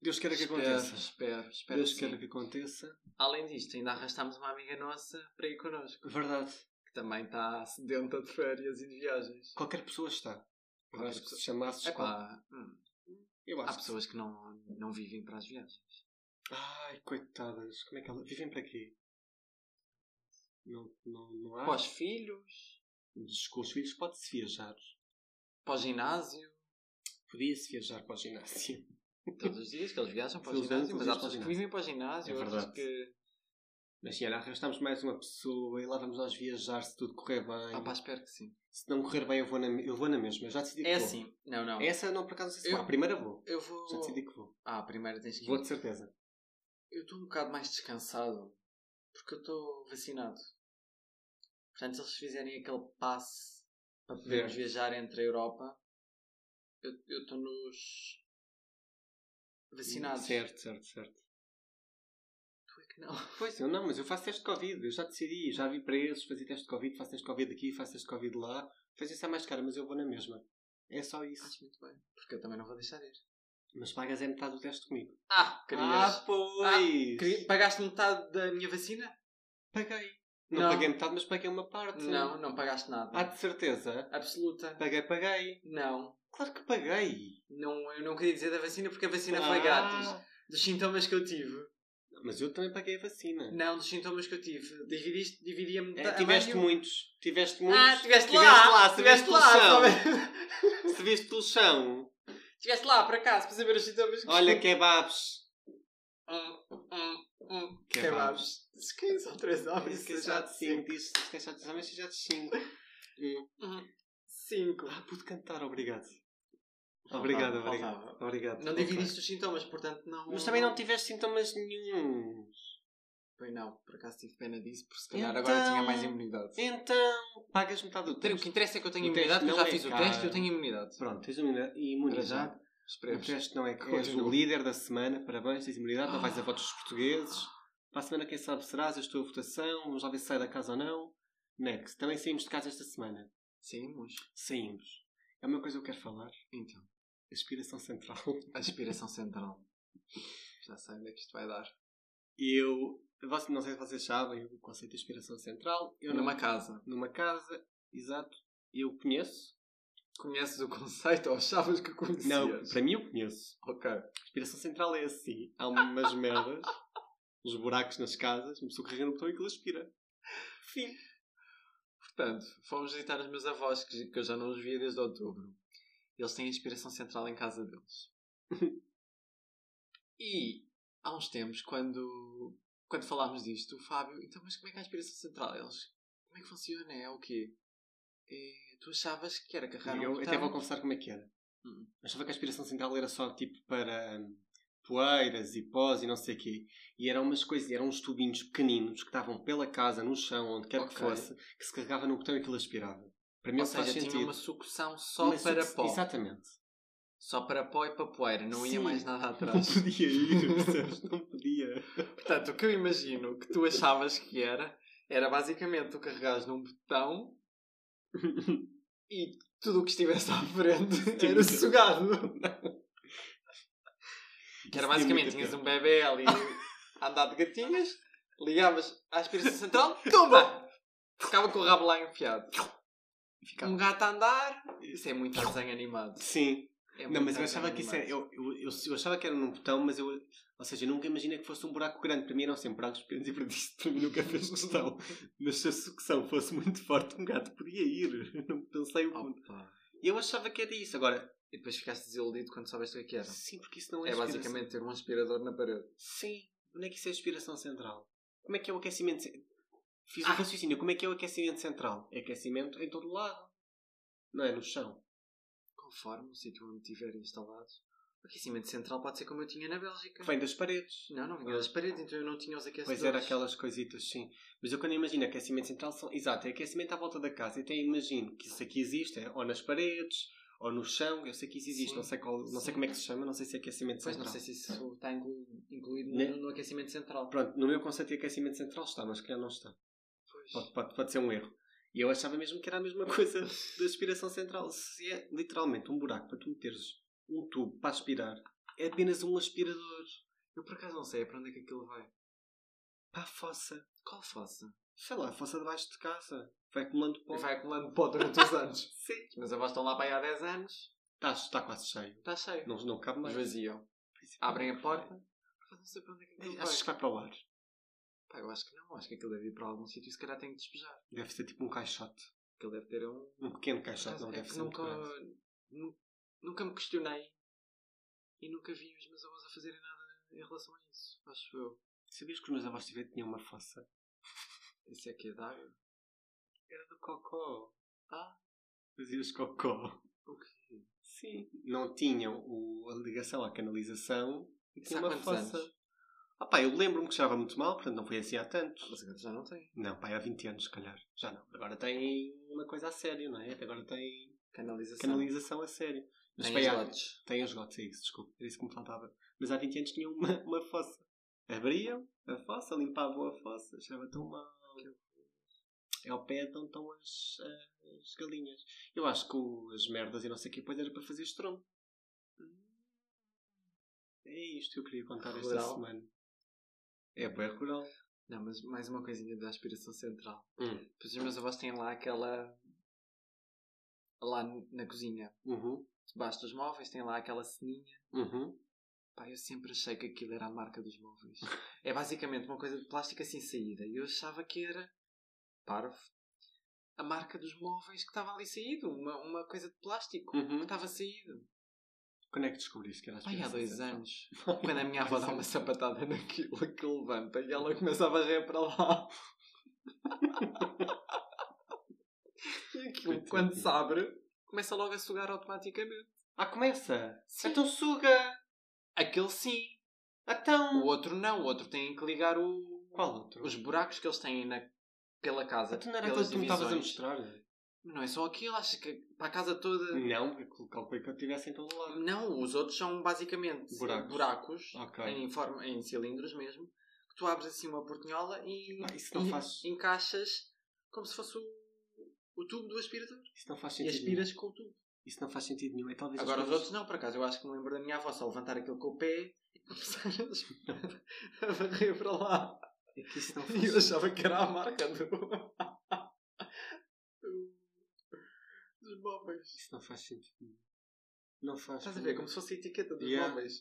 S2: Deus queira que
S3: espero,
S2: aconteça.
S3: espero, espero.
S2: Deus
S3: que
S2: queira
S3: sim.
S2: que aconteça.
S3: Além disto, ainda arrastámos uma amiga nossa para ir connosco.
S2: Verdade.
S3: Que também está sedenta de férias e de viagens.
S2: Qualquer pessoa está. Eu
S3: Qualquer
S2: acho que
S3: pessoa.
S2: se chamasses. qual-
S3: Epá, hum.
S2: Eu
S3: Há
S2: acho. que-
S3: pessoas que não, não vivem para as viagens.
S2: Ai, coitadas. Como é que elas. Vivem para quê? Não, não, não há.
S3: Para os filhos,
S2: Com os filhos pode-se viajar.
S3: para o ginásio.
S2: Podia-se viajar para o ginásio.
S3: Todos os dias que eles viajam para o
S2: Todos os
S3: ginásio,
S2: dias,
S3: mas há
S2: todos os
S3: pessoas
S2: dias
S3: que
S2: para o
S3: vivem para o ginásio,
S2: É
S3: outras
S2: verdade.
S3: que.
S2: Mas sim, olha, arrastamos mais uma pessoa e lá vamos nós viajar se tudo correr bem.
S3: Ah, pá, espero que sim.
S2: se não correr bem, eu vou na, eu vou na mesma. Eu já decidi que
S3: É
S2: vou.
S3: assim. Não, não.
S2: Essa não, por acaso, não sei se
S3: Eu-
S2: vou. A primeira vou.
S3: Eu
S2: Já
S3: vou.
S2: decidi que vou.
S3: Ah, primeiro tens que.
S2: Vou de certeza.
S3: Eu estou um bocado mais descansado porque eu estou vacinado. Portanto, se eles fizerem aquele passe para podermos
S2: Verde.
S3: viajar entre a Europa, eu eu estou nos. Vacinados.
S2: Certo, certo, certo.
S3: Tu é que não.
S2: Pois, eu não, mas eu faço teste de Covid. Eu já decidi. Já vi preços, fazia teste de Covid, faço teste de Covid aqui, faço teste de Covid lá. Faz isso é mais caro, mas eu vou na mesma. É só isso.
S3: Acho muito bem. Porque eu também não vou deixar de ir.
S2: Mas pagas é metade do teste comigo.
S3: Ah,
S2: Ah, pois!
S3: Queria- Pagaste metade da minha vacina?
S2: Paguei. Não,
S3: Não.
S2: paguei metade, mas paguei uma parte.
S3: Não, não pagaste nada.
S2: Há de certeza?
S3: Absoluta.
S2: Paguei, paguei.
S3: Não.
S2: Claro que paguei.
S3: não. Eu não queria dizer da vacina porque a vacina
S2: Ah.
S3: foi grátis. Dos sintomas que eu tive.
S2: Mas eu também paguei a vacina.
S3: Não, dos sintomas que eu tive. Dividiste, dividia-me.
S2: É,
S3: ta- a
S2: tiveste
S3: meio. um-
S2: muitos. Tiveste muitos.
S3: Ah, tiveste, lá.
S2: se viste pelo chão.
S3: sabe?
S2: Se viste pelo chão.
S3: Tiveste lá, por acaso, para saber os sintomas que
S2: Olha, kebabs.
S3: Hum, hum, hum.
S2: Kebabs.
S3: Kebabs. Se calhar são três homens.
S2: Isso que é já de 5. Diz que é já de 5, mas já de 5.
S3: Cinco.
S2: Ah, pude cantar, obrigado. Obrigado,
S3: Faltava,
S2: obrigado.
S3: faltava.
S2: Obrigado.
S3: Não
S2: Opa.
S3: dividiste os sintomas, portanto não.
S2: Mas também não tiveste sintomas nenhum.
S3: Pois não, por acaso tive pena disso, porque se calhar
S2: Então-
S3: agora tinha mais imunidade.
S2: Então, pagas metade do
S3: O
S2: teste.
S3: que interessa é que eu tenho
S2: O teste
S3: imunidade, que eu
S2: não
S3: já
S2: é
S3: fiz o
S2: caro.
S3: teste e eu tenho imunidade.
S2: Pronto, tens uma imunidade.
S3: Para já,
S2: O
S3: Esperemos.
S2: teste não é que Ah.
S3: Continua.
S2: és o líder da semana, parabéns, tens imunidade, não vais a votos dos portugueses. Para a semana, quem sabe serás, eu estou a votação, vamos lá ver se sai da casa ou não. Next, também saímos de casa esta semana.
S3: Saímos.
S2: Saímos. É uma coisa que eu quero falar,
S3: Então,
S2: aspiração central.
S3: aspiração central. Já sei onde é que isto vai dar.
S2: Eu, vocês- não sei se vocês sabem o conceito de aspiração central. Eu
S3: Numa
S2: numa,
S3: casa.
S2: numa casa, exato, eu conheço.
S3: Conheces o conceito ou achavas que conhecias?
S2: Não, para mim eu conheço.
S3: Ok.
S2: Inspiração central é assim. Há umas merdas, uns buracos nas casas, uma pessoa carrega no botão e aquilo aspira. Fim.
S3: Portanto, fomos visitar os meus avós, que, que eu já não os via desde outubro. Eles têm a inspiração central em casa deles. e há uns tempos, quando, quando falámos disto, o Fábio, então, mas como é que é a inspiração central? Eles, como é que funciona? É o quê? E tu achavas que era carregar
S2: eu
S3: um
S2: até vou
S3: botão?
S2: confessar como é que era.
S3: Hum.
S2: Achava que a aspiração central era só tipo para hum, poeiras e pós e não sei o quê. E eram umas coisas, eram uns tubinhos pequeninos que estavam pela casa, no chão, onde quer
S3: Ok.
S2: que fosse, que se carregava no botão e aquilo aspirava. Para mim
S3: Ou
S2: isso faz
S3: seja,
S2: sentido.
S3: tinha uma sucção só
S2: Uma
S3: para
S2: suc-
S3: pó.
S2: Exatamente.
S3: Só para pó e para poeira, não ia
S2: Sim.
S3: mais nada
S2: Não
S3: atrás.
S2: podia ir, percebes? Não podia.
S3: Portanto, o que eu imagino que tu achavas que era, era basicamente tu carregares num botão e tudo o que estivesse à frente
S2: Tinha.
S3: era sugado. Que era basicamente, tinhas um bebê ali a andar de gatinhas, ligavas à aspiração central, tumba! Ficava com o rabo lá enfiado.
S2: Ficava.
S3: Um gato a andar, isso é muito desenho animado.
S2: Sim.
S3: É
S2: não,
S3: muito
S2: mas eu
S3: desenho
S2: achava que isso era.
S3: animado.
S2: Eu, eu, eu, eu achava que era num botão, mas eu. Ou seja, eu nunca imaginei que fosse um buraco grande. Para mim eram sempre buracos pequenos e para disto para mim nunca fez questão. mas se a sucção fosse muito forte, um gato podia ir. Não pensei o
S3: Oh.
S2: ponto.
S3: Opa.
S2: Eu achava que era isso. Agora,
S3: E depois ficaste desiludido quando soubeste o que é que era.
S2: sim, porque isso não é.
S3: É
S2: inspiração.
S3: basicamente ter um aspirador na parede.
S2: Sim. Onde é que isso é inspiração central? Como é que é o aquecimento. ce- Fiz um
S3: Ah.
S2: raciocínio. Como é que é o aquecimento central? É aquecimento em todo lado. Não é no chão.
S3: Conforme o sítio onde estiverem instalados. O aquecimento central pode ser como eu tinha na Bélgica.
S2: Que vem das paredes.
S3: Não, não vinha das paredes, então eu não tinha os aquecedores.
S2: Pois era aquelas coisitas, sim. Mas eu quando imagino aquecimento central são. Exato, é aquecimento à volta da casa. Então eu imagino que isso aqui existe, é, ou nas paredes, ou no chão. Eu sei que isso existe,
S3: Sim.
S2: não sei, qual, não sei
S3: Sim.
S2: como é que se chama, não sei se é aquecimento
S3: Pois
S2: central.
S3: não sei se isso está inclu- incluído
S2: Ne-
S3: no, no aquecimento central.
S2: Pronto, no meu conceito de aquecimento central está, mas que não está.
S3: Pois.
S2: Pode, pode, pode ser um erro. E eu achava mesmo que era a mesma coisa da aspiração central. Se é literalmente um buraco para tu meteres um tubo para aspirar, é apenas um aspirador
S3: Eu por acaso não sei para onde é que aquilo vai.
S2: para a fossa.
S3: Qual fossa?
S2: Sei lá, fossa debaixo de casa. Vai acumulando pó.
S3: E vai acumulando pó durante os anos.
S2: Sim.
S3: Os meus avós estão lá para aí há 10 anos.
S2: Está tá quase cheio.
S3: Está cheio.
S2: Não, não cabe
S3: Mas
S2: mais.
S3: vaziam. Abrem a porta. Por acaso não sei para onde é que aquilo
S2: Achas que
S3: vai.
S2: vai para o ar?
S3: Pá, eu acho que não. Acho que aquilo deve ir para algum sítio e se calhar tem que despejar.
S2: Deve ser tipo um caixote.
S3: Aquilo deve ter um...
S2: Um pequeno caixote, não
S3: é
S2: deve
S3: que
S2: ser
S3: nunca,
S2: muito grande.
S3: nu- nunca me questionei e nunca vi os meus avós a fazerem nada em relação a isso. Acho eu.
S2: Sabias que os meus avós tiveram tinham uma fossa?
S3: Isso é que é de água.
S2: Era do cocó.
S3: Ah.
S2: Fazias cocó.
S3: O quê?
S2: Sim. Não tinham o- a ligação à canalização e
S3: Isso
S2: tinha
S3: há
S2: uma
S3: quantos
S2: fossa.
S3: anos?
S2: Ah pá, eu lembro-me que cheirava muito mal, portanto não foi assim há tanto.
S3: Mas agora já não tem.
S2: Não, pá, é há 20 anos, se calhar. Já não. Agora tem uma coisa a sério, não é? Agora tem
S3: Canalização.
S2: canalização a sério. Mas
S3: Tem
S2: foi há-
S3: esgotos.
S2: Tem esgotos, é isso, desculpa. Era isso que me faltava. Mas há 20 anos tinham uma, uma fossa. Abriam a fossa, limpavam a fossa. Cheirava tão mal. É ao pé de onde estão as, as galinhas. Eu acho que o- as merdas e não sei o que depois era para fazer estrondo. É isto que eu queria contar esta
S3: Rural.
S2: semana. É bem rural.
S3: Não, mas mais uma coisinha da aspiração central.
S2: Hum.
S3: Pois os meus avós têm lá aquela. lá n- na cozinha,
S2: Uhum.
S3: debaixo dos móveis, têm lá aquela ceninha.
S2: Uhum.
S3: Pá, eu sempre achei que aquilo era a marca dos móveis. é basicamente uma coisa de plástico assim saída. E eu achava que era. parvo. a marca dos móveis que estava ali saído. Uma, uma coisa de plástico que
S2: Uhum.
S3: estava saído.
S2: Quando é que descobriste que então. era
S3: Pai, há
S2: aspiração
S3: dois
S2: central?
S3: anos. Quando a minha avó dá uma sapatada naquilo que levanta e ela começa a varrer para lá. E aquilo,
S2: Coitadinho.
S3: quando se abre, começa logo a sugar automaticamente.
S2: Ah, começa!
S3: Sim.
S2: Então suga!
S3: Aquele sim.
S2: Então!
S3: O outro não. O outro tem que ligar o...
S2: Qual outro?
S3: os buracos que eles têm na... pela casa.
S2: Então não era aquele
S3: pelas
S2: que tu me estavas a
S3: divisões.
S2: mostrar?
S3: Não é só aquilo. Acho que para a casa toda...
S2: Não, eu calculei que eu tivesse em todo lado.
S3: Não, os outros são basicamente
S2: Buracos.
S3: buracos,
S2: Ok.
S3: em, forma, em cilindros mesmo, que tu abres assim uma portinhola e,
S2: Ah, isso não
S3: e
S2: faz-
S3: encaixas como se fosse o, o tubo do aspirador.
S2: Isso não faz
S3: E
S2: sentido
S3: aspiras com o tubo.
S2: nenhum. Isso não faz sentido nenhum. É talvez
S3: Agora
S2: as
S3: os
S2: coisas-
S3: outros não, por acaso. Eu acho que me lembro da minha avó só levantar aquilo com o pé e começar a- a varrer para lá.
S2: É que isso não faz
S3: E eu
S2: sentido.
S3: achava que era a marca do... do- dos móveis.
S2: Isso não faz sentido nenhum. Não faz
S3: Estás a ver?
S2: nenhum.
S3: Como se fosse a etiqueta dos
S2: Yeah.
S3: móveis.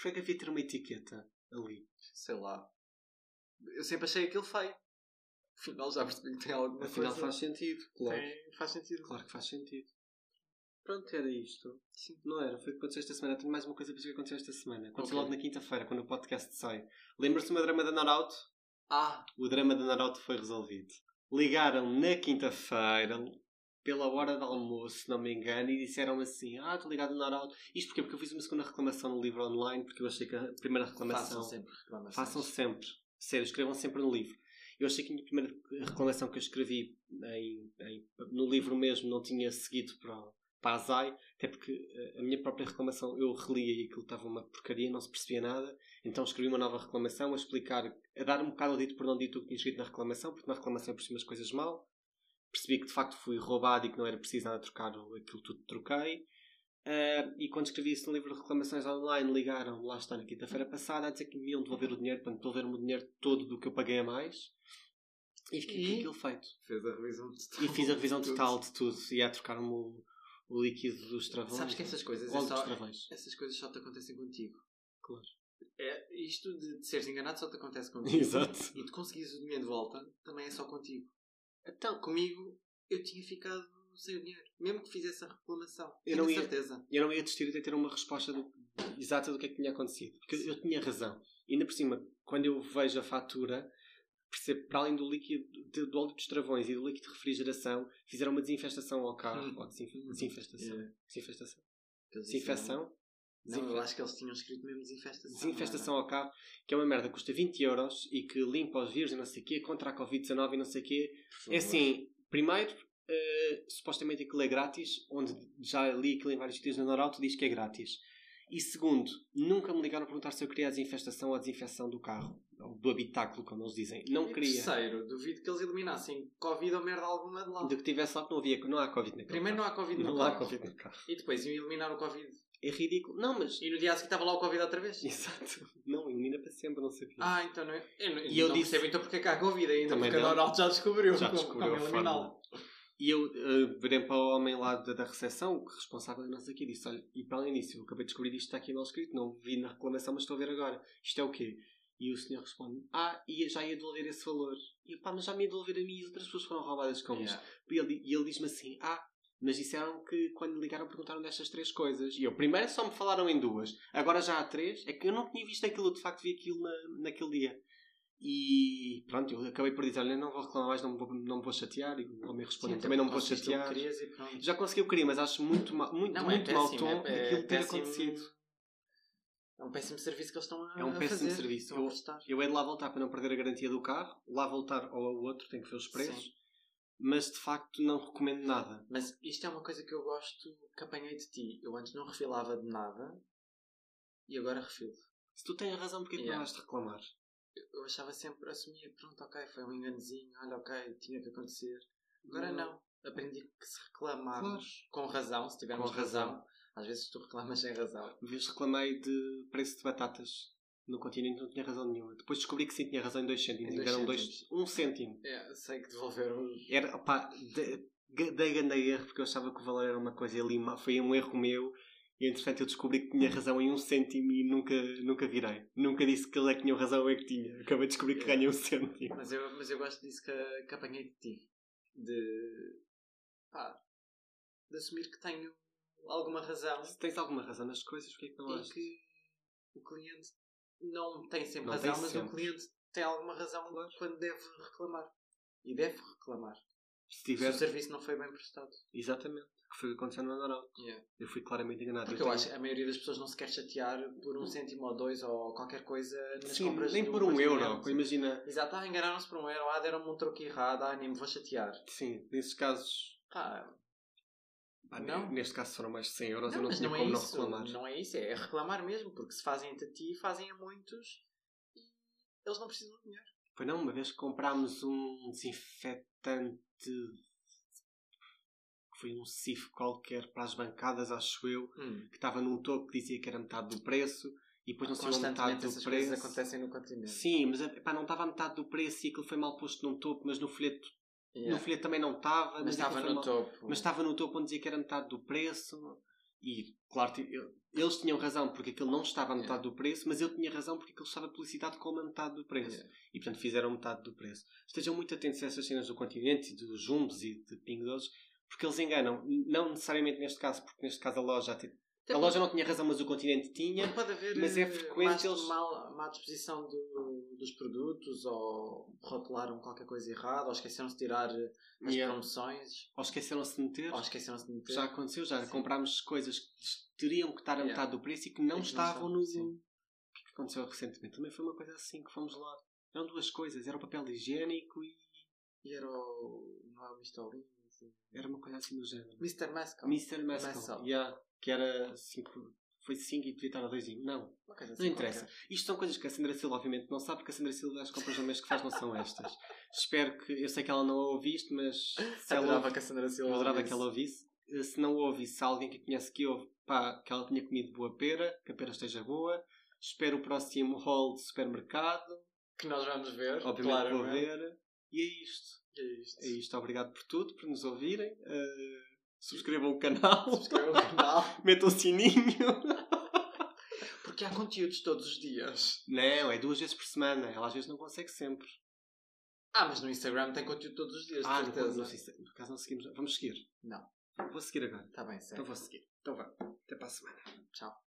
S2: Foi que havia ter uma etiqueta ali.
S3: sei lá. Eu sempre achei aquilo feio. Afinal já percebi que tem alguma
S2: Afinal
S3: coisa.
S2: faz sentido, claro.
S3: Tem, faz sentido.
S2: Claro que é. faz sentido. Pronto, era isto. Não era, foi o que aconteceu esta semana. Tenho mais uma coisa para dizer que aconteceu esta semana. Aconteceu
S3: Ok.
S2: logo na quinta-feira, quando o podcast sai. Lembra-se do meu drama da Norauto?
S3: Ah,
S2: o drama da Naruto foi resolvido. Ligaram na quinta-feira, pela hora de almoço, se não me engano, e disseram assim: Ah, estou ligado a Naruto. Isto porquê? Porque eu fiz uma segunda reclamação no livro online, porque eu achei que a primeira reclamação.
S3: façam sempre reclamações.
S2: Façam sempre. Sério, escrevam sempre no livro. Eu achei que a minha primeira reclamação que eu escrevi em- em- no livro mesmo não tinha seguido para, o- para a ZAI, até porque eh, a minha própria reclamação eu relia e aquilo estava uma porcaria, não se percebia nada. Então escrevi uma nova reclamação a explicar, a dar um bocado ao dito por não dito o que tinha escrito na reclamação, porque na reclamação eu percebi as coisas mal. Percebi que de facto fui roubado e que não era preciso nada trocar o- aquilo tudo que troquei. Ah, e quando escrevi isso no livro de reclamações online, ligaram lá está na quinta-feira passada a dizer que me iam devolver o dinheiro, portanto, devolveram-me o dinheiro todo do que eu paguei a mais. E fiquei
S3: E?
S2: com aquilo feito.
S3: Fez a revisão total.
S2: E fiz a revisão
S3: de tudo.
S2: total de tudo. E a trocar-me o, o líquido dos travões.
S3: Sabes que essas coisas
S2: O óleo
S3: é só-
S2: dos travões.
S3: Essas coisas só te acontecem contigo.
S2: Claro.
S3: É, isto de, de seres enganado só te acontece contigo.
S2: Exato.
S3: E de conseguires o dinheiro de volta também é só contigo.
S2: Então,
S3: Comigo, eu tinha ficado sem o dinheiro. Mesmo que fizesse a reclamação.
S2: Eu
S3: Eu
S2: não
S3: tenho
S2: ia-
S3: certeza.
S2: eu não ia desistir até ter uma resposta do- exata do que é que tinha acontecido. Porque eu, eu tinha razão. E ainda por cima, quando eu vejo a fatura, percebo que para além do líquido de- do óleo dos travões e do líquido de refrigeração, fizeram uma desinfestação ao carro.
S3: Hum.
S2: Ou desinf- desinfestação.
S3: É.
S2: Desinfestação.
S3: Que eles disseram-
S2: Desinfecção.
S3: Não, eu
S2: Desinfe-
S3: acho que eles tinham escrito mesmo desinfestação.
S2: Desinfestação ao carro, que é uma merda, custa 20 euros e que limpa os vírus e não sei o quê, contra a Covid-19 e não sei o quê. É assim, primeiro, eh, supostamente aquilo é grátis, onde já li aquilo em vários sítios na Norauto, diz que é grátis. E segundo, nunca me ligaram a perguntar se eu queria a desinfestação ou a desinfecção do carro, ou do habitáculo, como eles dizem. Não
S3: E
S2: queria.
S3: Terceiro, duvido que eles eliminassem Covid ou merda alguma de lá.
S2: De que tivesse lá que não havia, não há Covid naquele
S3: Primeiro não há Covid
S2: carro.
S3: no
S2: não há
S3: carro.
S2: Covid no carro.
S3: E depois iam eliminar o Covid.
S2: É ridículo. Não, mas.
S3: E no dia a seguir estava lá o Covid outra vez.
S2: Exato. Não, elimina para sempre, não sei o quê.
S3: Ah, então não é. Eu, não-
S2: E eu
S3: não
S2: disse-
S3: percebo então porque é que há Covid ainda.
S2: Também
S3: porque
S2: não.
S3: a Donald já descobriu.
S2: Já
S3: como-
S2: descobriu
S3: como
S2: a
S3: eliminá-lo.
S2: fórmula. E eu eh, virei para o homem lá da, da recepção, o responsável da nossa aqui, disse: Olha, e para além disso, eu acabei de descobrir isto, está aqui mal escrito, não vi na reclamação, mas estou a ver agora. Isto é o quê? E o senhor responde: Ah, ia, já ia devolver esse valor. E eu, pá, mas já me ia devolver a mim e outras pessoas foram roubadas com isto.
S3: Yeah.
S2: E ele, e ele diz-me assim: Ah, mas disseram que quando ligaram perguntaram destas três coisas. E eu, primeiro só me falaram em duas, agora já há três. É que eu não tinha visto aquilo, eu de facto vi aquilo na, naquele dia. E pronto, eu acabei por dizer: Olha, não vou reclamar mais, não me vou, não me vou chatear. E o homem responde:
S3: Sim,
S2: Também não me vou
S3: conseguiste o que
S2: chatear.
S3: é um querias e pronto.
S2: Já consegui o que queria, mas acho muito, ma- muito,
S3: Não, é
S2: muito mau
S3: péssimo,
S2: tom
S3: é- é
S2: aquilo ter
S3: péssimo.
S2: acontecido.
S3: É um péssimo serviço que eles estão a
S2: É um
S3: a
S2: péssimo
S3: fazer.
S2: serviço.
S3: Estão a
S2: Eu-
S3: prestar.
S2: Eu é de lá voltar para não perder a garantia do carro, lá voltar ou ao outro, tenho que ver os preços. Mas de facto não recomendo nada.
S3: Mas isto é uma coisa que eu gosto que apanhei de ti. Eu antes não refilava de nada e agora refilo.
S2: Se tu tens razão, porque é que
S3: Yeah.
S2: não vais reclamar?
S3: Eu achava sempre, assumia, pronto, ok, foi um enganozinho, olha, ok, tinha que acontecer. Agora não. Aprendi que se reclamarmos com razão, se tivermos
S2: Com razão.
S3: razão, às vezes tu reclamas sem razão.
S2: Uma vez reclamei de preço de batatas no continente, não tinha razão nenhuma. Depois descobri que sim, tinha razão em 2 cêntimos.
S3: Em
S2: E
S3: dois
S2: deram dois,
S3: cêntimos.
S2: um cêntimo.
S3: É, sei que um- devolveram os.
S2: Era, opá, de- ga- dei grande erro porque eu achava que o valor era uma coisa e ali ma- foi um erro meu. E entretanto eu descobri que tinha razão em um cêntimo e nunca, nunca virei. Nunca disse que ele é que tinha razão ou é que tinha. Acabei de descobrir que ganhei um cêntimo.
S3: Mas eu, mas eu gosto disso que, que apanhei de ti. De. pá. de assumir que tenho alguma razão
S2: Se tens alguma razão nas coisas, porque é que não
S3: e
S2: achas?
S3: que o cliente não tem sempre
S2: Não
S3: razão,
S2: tem
S3: mas
S2: sempre.
S3: o cliente tem alguma razão quando deve reclamar. E deve reclamar.
S2: Se
S3: Se o
S2: tiver.
S3: serviço não foi bem prestado.
S2: Ah, Exatamente. Que foi o que aconteceu no Norauto. Eu fui claramente enganado.
S3: Porque eu acho que a maioria das pessoas não se quer chatear por um cêntimo ou dois ou qualquer coisa nas
S2: Sim,
S3: compras
S2: nem
S3: do
S2: por um euro.
S3: continente.
S2: Imagina.
S3: Exato, ah, enganaram-se por um euro, ah, deram-me um troco errado, ah, nem me vou chatear.
S2: Sim, nesses casos.
S3: Pá,
S2: Pá,
S3: Ah, Não.
S2: ne- Neste caso foram mais de 100 euros,
S3: Não,
S2: eu não
S3: mas
S2: tinha
S3: não é
S2: como
S3: isso.
S2: não reclamar.
S3: Não é isso, é reclamar mesmo, porque se fazem a ti, fazem a muitos e eles não precisam de dinheiro.
S2: Foi não, uma vez comprámos um desinfetante que foi um cifo qualquer para as bancadas, acho eu, que estava num topo que dizia que era metade do preço e depois Hum. não saiu a metade
S3: Ah, Constantemente
S2: do
S3: essas coisas
S2: preço.
S3: acontecem no continente.
S2: Sim, mas epá, não estava a metade do preço e aquilo foi mal posto num topo, mas no folheto,
S3: Yeah.
S2: no folheto também não estava.
S3: mas
S2: aquilo
S3: estava
S2: foi
S3: no
S2: mal-
S3: topo.
S2: mas estava no topo onde dizia que era metade do preço e claro ti- eu- eles tinham razão porque aquilo não estava a metade do preço mas eu tinha razão porque aquilo estava publicitado como a metade do preço
S3: Yeah.
S2: e portanto fizeram metade do preço estejam muito atentos a essas cenas do continente e dos jumbos e de ping doces porque eles enganam não necessariamente neste caso porque neste caso a loja até- a loja não tinha razão mas o continente tinha
S3: Pode haver
S2: Mas é
S3: eh,
S2: frequente
S3: más-
S2: eles-
S3: mal, má disposição do- dos produtos, ou rotularam qualquer coisa errada, ou esqueceram-se de tirar eh, as
S2: Yeah.
S3: promoções,
S2: é um, ou esqueceram-se de meter
S3: ou esqueceram-se de meter.
S2: já aconteceu já
S3: Sim.
S2: comprámos coisas que teriam que estar a
S3: Yeah.
S2: metade do preço e que não
S3: E que não
S2: estavam
S3: estavam,
S2: no
S3: sim.
S2: o que é que aconteceu recentemente também foi uma coisa assim que fomos lá eram duas coisas era o papel higiênico e
S3: E era o. Não é o Mr. Olim, assim.
S2: era uma coisa assim do género
S3: Mr. Mascal.
S2: Mr. Mascal
S3: Mascal.
S2: yeah, que era cinco foi 5 e devia estar a 2 não,
S3: Uma coisa
S2: não
S3: assim
S2: interessa isto são coisas que a Sandra Silva obviamente não sabe porque a Sandra Silva as compras do mês que faz não são estas espero que, eu sei que ela não a ouviste mas se ela
S3: Adorava
S2: ouve-
S3: que a Sandra Silva
S2: eu adorava
S3: ouvisse.
S2: que ela ouvisse eh, se não houve e se há alguém que conhece que houve, pá, que ela tenha comido boa pera, que a pera esteja boa. Espero o próximo haul de supermercado.
S3: Que nós vamos ver,
S2: Obviamente
S3: claro.
S2: vou ver. E é isto.
S3: É isto.
S2: É isto. Obrigado por tudo, por nos ouvirem. Eh, subscrevam o canal.
S3: Subscrevam o canal.
S2: Metam o sininho.
S3: Porque há conteúdos todos os dias.
S2: Não, é duas vezes por semana. Ela às vezes não consegue sempre.
S3: Ah, mas no Instagram tem conteúdo todos os dias,
S2: Ah,
S3: de
S2: não, não,
S3: certeza.
S2: não, sei se- por acaso não seguimos. Vamos seguir.
S3: Não.
S2: Vou seguir agora.
S3: Tá bem, certo.
S2: Então vou seguir. Então vá. Até para a semana.
S3: Tchau.